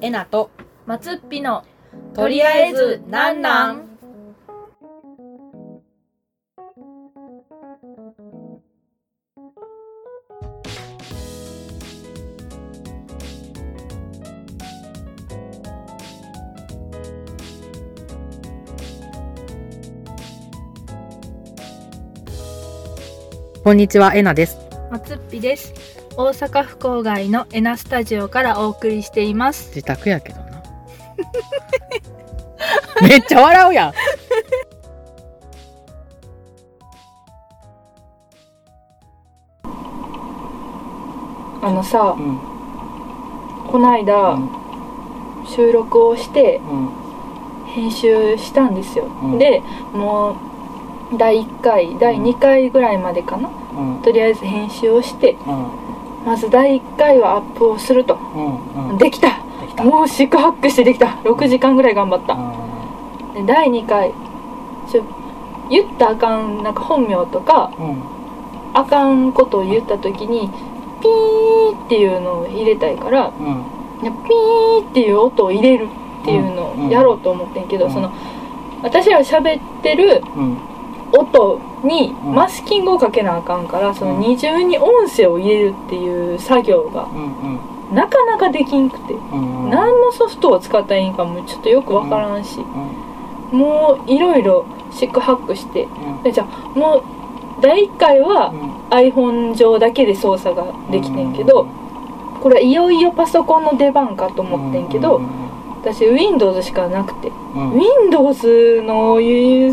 えなと松っぴのとりあえずなんなんこんにちはえなです松っぴです大阪府郊外のエナスタジオからお送りしています自宅やけどなめっちゃ笑うやんあのさうんこないだ収録をしてうん編集したんですよ、うんでもう第1回第2回ぐらいまでかなうんとりあえず編集をしてうんまず第1回はアップをするとうんうんできたできたもう四苦八苦してできた6時間ぐらい頑張ったで第2回ちょ言ったらあかんなんか本名とかうんあかんことを言った時にピーっていうのを入れたいからうんピーっていう音を入れるっていうのをやろうと思ってんけど、うんその私ら喋ってるうん音にうんマスキングをかけなあかんからそのうん二重に音声を入れるっていう作業がうんうんなかなかできんくてうん何のソフトを使ったらいいんかもちょっとよくわからんしうんもういろいろシックハックしてうんでじゃあもう第1回は iPhone 上だけで操作ができてんけどこれいよいよパソコンの出番かと思ってんけど私 Windows しかなくてうんうん Windows の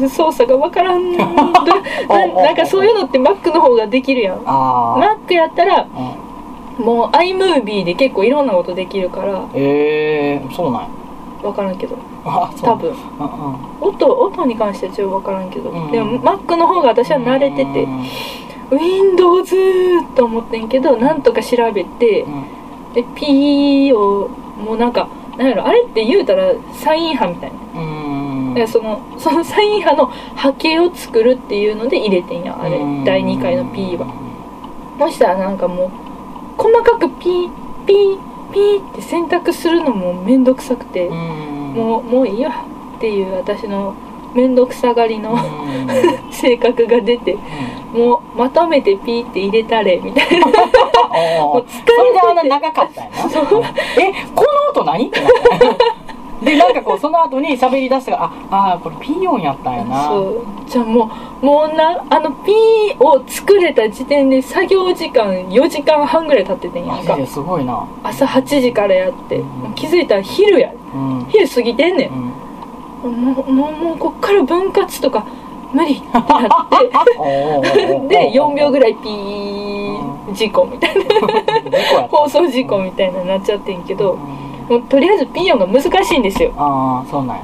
操作がわから んななんかそういうのって Mac の方ができるやんあ Mac やったらあうんもう iMovie で結構いろんなことできるからえーそうなんやわからんけどあそう多分うん音音に関してはちょっとわからんけどうんでも Mac の方が私は慣れててうん Windows と思ってんけどなんとか調べてうんで P をもうなんかなんやろあれって言うたらサイン派みたいなうだんからそのそのサイン派の波形を作るっていうので入れてんやあれうん第2回の P はもしたらなんかもう細かくピーピーピーって選択するのもめんどくさくてうんもうもういいわっていう私のめんどくさがりうんの性格が出てもうまとめてピーって入れたれみたいなああもうあ疲れてそれであんな長 かったんやなえこの音何ってなったんやでなんかこうその後に喋り出したからああーこれピーヨンやったんやなそうじゃあもうもうなあのピーを作れた時点で作業時間4時間半ぐらい経っててんやマんジかですごいな朝8時からやって、うん気づいたら昼やうんうん昼過ぎてんねん、もうもうもうこっから分割とか無 理ってなってで4秒ぐらいらいピー事故みたいな放送事故みたいなのになっちゃってんけどもうとりあえずピーヨンが難しいんですよああそうなんや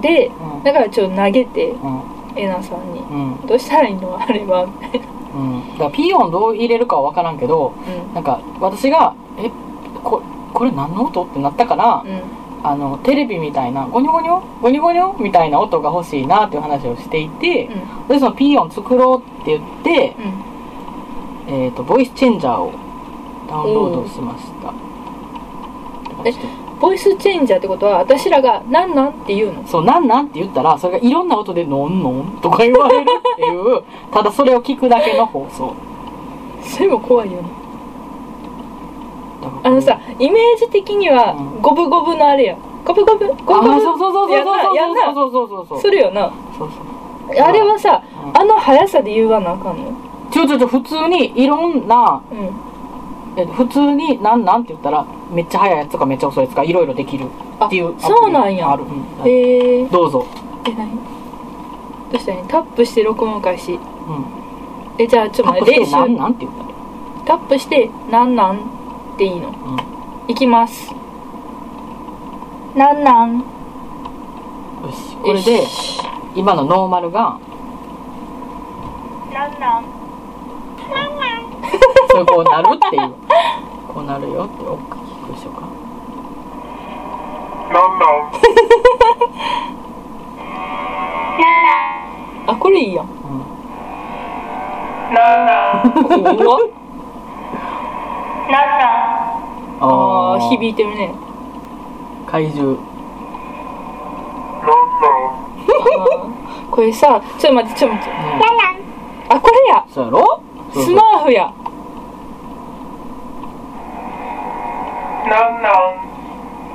でうんだからちょっと投げてうんえなさんにう「んどうしたらいいのあれば」みたいなうんだからピーヨンどう入れるかは分からんけどなんか私が「えここれ何の音?」ってなったからうんうんあのテレビみたいなゴニョゴニョゴニョゴニョみたいな音が欲しいなっていう話をしていて、でそのピーヨン作ろうって言って、うんえー、とボイスチェンジャーをダウンロードしましたえボイスチェンジャーってことは私らが「なんなん?」って言うのそう「なんなん?」って言ったらそれがいろんな音で「のんのん」とか言われるっていう ただそれを聞くだけの放送それも怖いよねだからあのさイメージ的にはうん五分五分のあれやん五分五分あ五ー分そ五うそうそうそうやんなやんなそうそうそうそうそうそう分するよなそうそうあれはさうんあの速さで言わなあかんのちょちょちょ普通にいろんなうんえ普通に「なんなん?」って言ったらめっちゃ速いやつとかめっちゃ遅いやつとかいろいろできるっていうあそうなんやアプリがある、うんへえどうぞ、え何どうしたらいいのタップして録音開始うん、えじゃあちょっタとップ待ってして練「なん習なん?」って言ったらタップして「なんなん?」っていいのうんいきますなんなんよしこれでよし今のノーマルがなんなんそれこうなるっていうこうなるよって大きくし ようかあこれいいやんううわんあー響々いてるね怪獣あーこれさちょっと待ってちょっと待ってあこれやそうやろそうスそうマーフや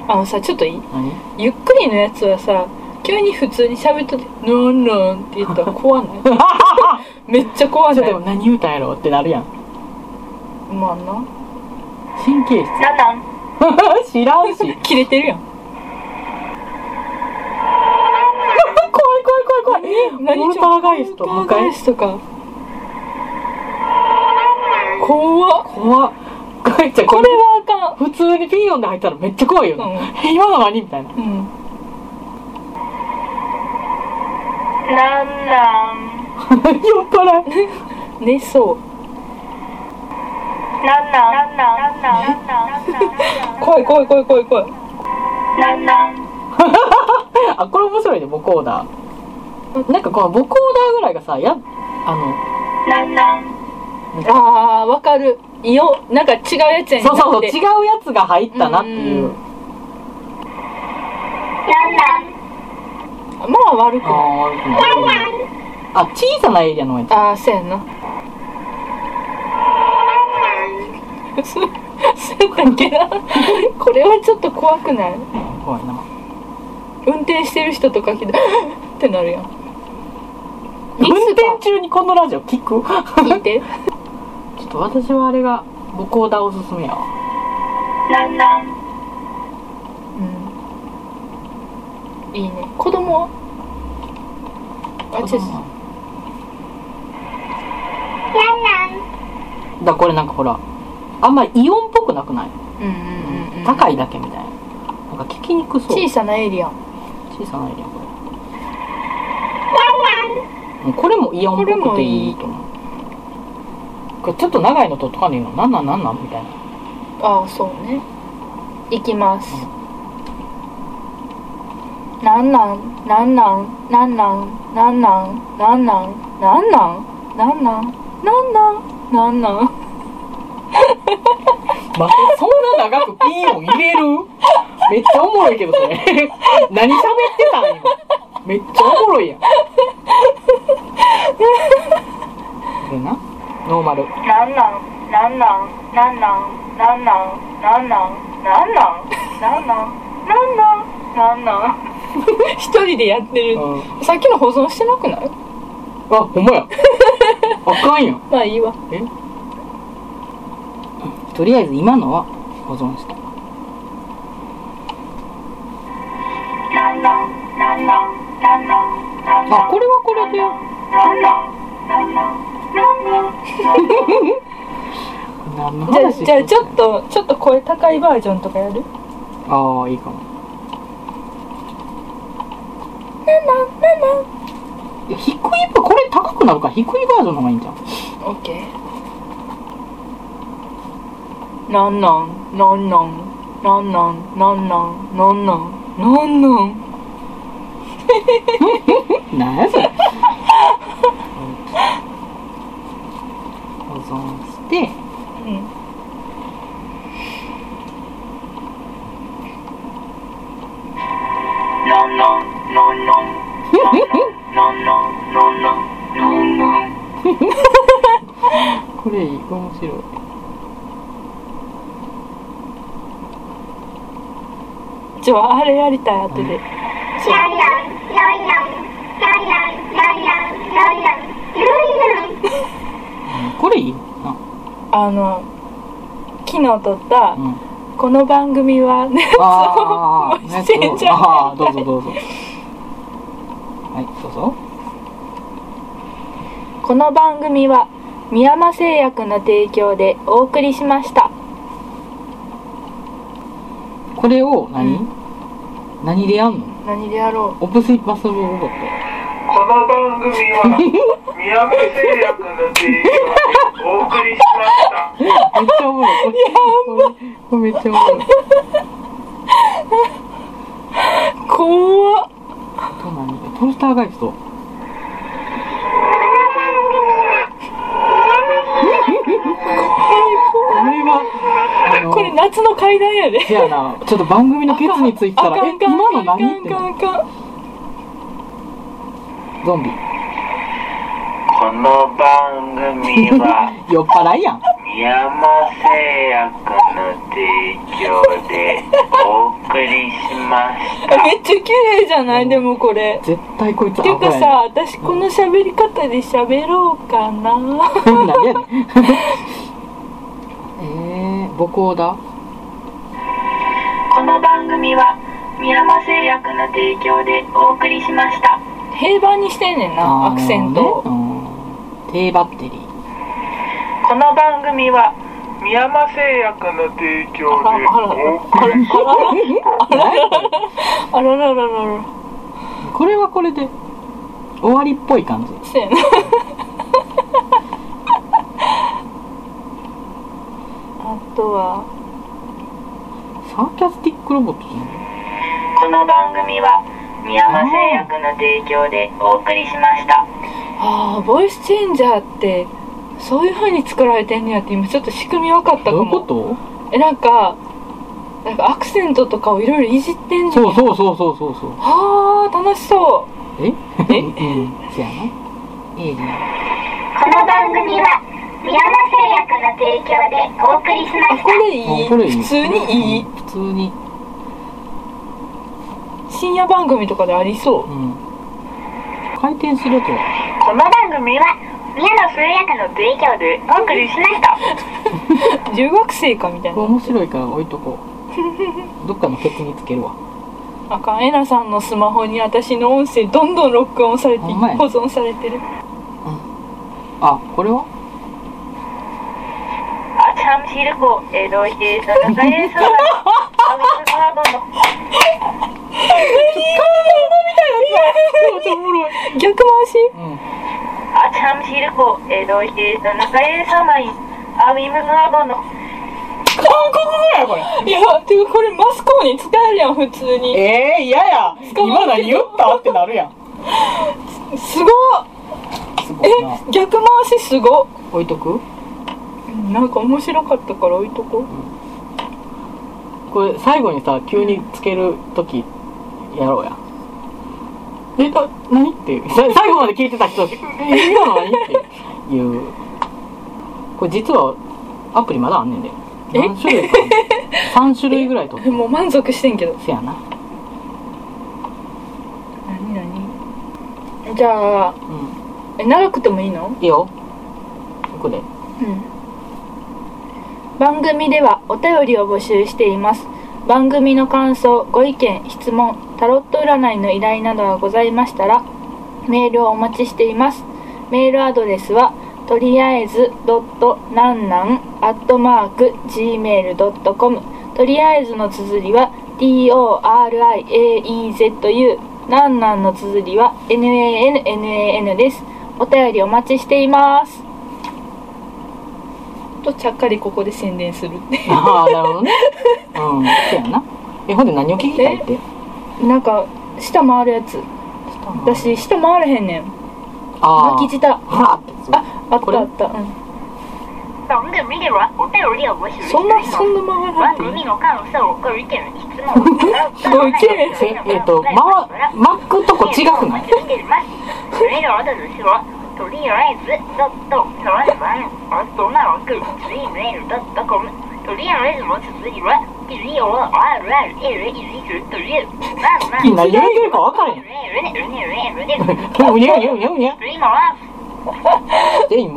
あのさちょっといい何 ゆっくりのやつはさ急に普通に喋っとって「ノンノン」って言った ら怖ないめっちゃ怖ちょっないとでも何言うたんやろってなるやんまあな神経質 知らんし怖い切れてるやん怖い怖い怖いウォルターガイストウォルターガイストか怖っ怖っガイちゃんここれれはあかん普通にピーヨンで入ったらめっちゃ怖いよな、うんえ今の何みたいな うん酔っ払い寝そう怖い怖い怖い怖い怖い あこれ面白いねボコーダーなんかこのボコーダーぐらいがさやあああわかるよなんか違うやつやねのそうそうそうだっ違てうやつが入ったなっていううんまあ悪くあないー悪くないあ小さなエリアのやつああそうやなそうそうやったっけなこれはちょっと怖くない怖いな運転してる人とか来てってなるやんい運つ転か中にこのラジオ聞く 聞いてちょっと私はあれがボコーダーおすすめやわうんいいね子供はあちょっとだからこれなんかほらあんまりイオンっぽくなくない、うんうんうんうん高いだけみたいななんか聞きにくそう小さなエイリアン小さなエリアこれこれもイオンっぽくていいと思うこれちょっと長いのととかねえのなんなんなんなんみたいなああそうね行きますなんなんなんなんなんなんなんなんなんなんなんなんなんなんなんなんなんなん 待ってそんな長くピー音入 れるめっちゃおもろいけどそれ何喋ってたん今めっちゃおもろいやんこれなノーマル一人でやってるうんさっきの保存してなくないあほんま やあかんやんまあいいわとりあえず今のは保存したあこれはこれで何のじゃあ話じゃあちょっとちょっと声高いバージョンとかやるああいいかもいや低いこれ高くなるから低いバージョンの方がいいんじゃんオッケーなんなんなんなんなんなんなんなんなんなんなんなんなんやそれ保存してうんこれいい面白いじゃああれやりたい後で、これいいな、あの昨日撮ったうん、 「この番組はねあーもうしてんじゃんあーどうぞどうぞはいどうぞこの番組は宮山製薬の提供でお送りしましたこれを何、う何でやんの何でやろオプスバスロボコッこの番組は宮山製薬の提供でお送りしました。ト めっちゃおもろいこれこれこれめっちゃおもろいう怖っあと何トースターガイ ストこれはあののこれ夏の階段やでせやなちょっと番組のケツについてたら「え今の何?」ってあかんあかんあかんあかんゾンビこの番組は酔っ払いやん宮本製薬の提供でお送りしましためっちゃ綺麗じゃないでもこれ絶対こいつていう危かないさ私この喋り方で喋ろうか な何 やねんえー、母校だこの番組は宮間製薬の提供でお送りしました平板にしてんねんなアクセントをを低バッテリーこの番組は宮間製薬の提供あらでお送りしました あららららららこれはこれで終わりっぽい感じそうやなあとはサーキャスティックロボットじゃないこの番組は宮間製薬の提供でお送りしましたああボイスチェンジャーってそういう風に作られてんねやって今ちょっと仕組み分かったかどうもいうことえなんかなんかアクセントとかをいろいろいじってんじゃんそうそうそうそうそうそうはあ楽しそうええ うんせやなええじゃんこの番組は宮間製薬の提供でお送りしまあこれいいあこれいい普通にいいうん普通に深夜番組とかでありそううん回転するやつはこの番組は宮野製薬の提供でお送りしました留学生かみたいこれな面白いから置いとこ うどっかのケツにつけるわあかんえなさんのスマホに私の音声どんどん録音されてほんまや保存されてるあこれは 아참시르고에너지에서는사이에서는아무튼하 고뭐 逆回しうん 아참시르고에너지에서는사이에서는아무튼하고뭐 韓国語やこれいやてかこれマスコミに使えるやん普通にええ嫌や捕ま 今えて何言 ったってなるやんすごっすごえいな逆回しすごっ置いとくなんか面白かったから置いとこうこれ最後にさ急につける時やろうやえあ何っていうさ最後まで聞いてた人え今の何っていうこれ実はアプリまだあんねんで何種類か3種類ぐらいとえもう満足してんけどせやな何何じゃあうんえ長くてもいいのいいよここでうん番組ではお便りを募集しています番組の感想ご意見質問タロット占いの依頼などがございましたらメールをお待ちしていますメールアドレスはとりあえずドットなんなんアットマーク gmail.com とりあえずの綴りは DORIAEZU なんなんの綴りは NANNAN ですお便りお待ちしていますとちゃっかりここで宣伝するってああなるほどねうんせやなえほんで何を聞きたいってなんか下回るやつ私下回れへんねんあ巻き舌あはってするああっこれたあった、うん、 방금이와오페올리어보시 そんなそんな回らへ番ん組の感想ご意見質問ご意見せえっ、とまわ巻くとこ違くないメールアドレスはとりあえずドットなんなんアットマーク gmail.com とりあえずの続きは DORRALEZ というなんなん何言ってるか分から へんうにゃうにゃうにゃうにゃ今はで 今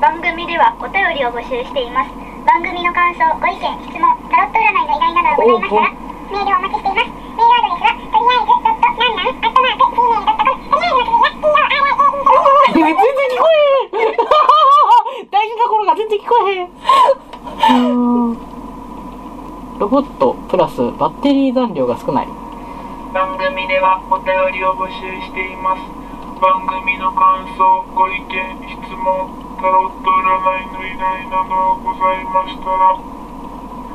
番組ではお便りを募集しています番組の感想ご意見質問タロット占いの依頼などがございましたらメールをお待ちしていますメールアドレスはとりあえずドットなんなんアットマーク gmail.com とりあ全然聞こえへえずの続きは DORRALEZ ん大事なところが全然聞こえへん ロボットプラスバッテリー残量が少ない番組ではお便りを募集しています番組の感想ご意見質問タロット占いの依頼などがございましたら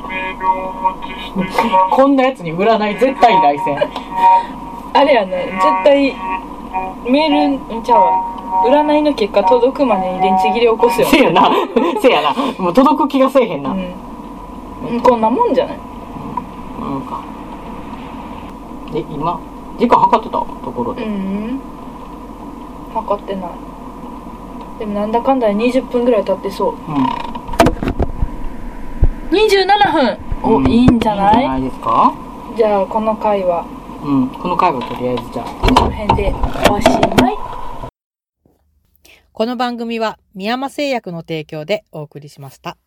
メールをお待ちして いますこんなやつに占い絶対大戦あれやね絶対メールじゃあ占いの結果届くまでに電池切れ起こすよ せやなせやなもう届く気がせえへんな、うんうん、こんなもんじゃないなんかで今時間計ってたところで、うん測ってないでもなんだかんだで20分ぐらい経ってそうう27分お、ういいんじゃないいいんじゃないですかじゃあこの回はうんこの回はとりあえずじゃあこの辺でおしまいこの番組は、宮間製薬の提供でお送りしました。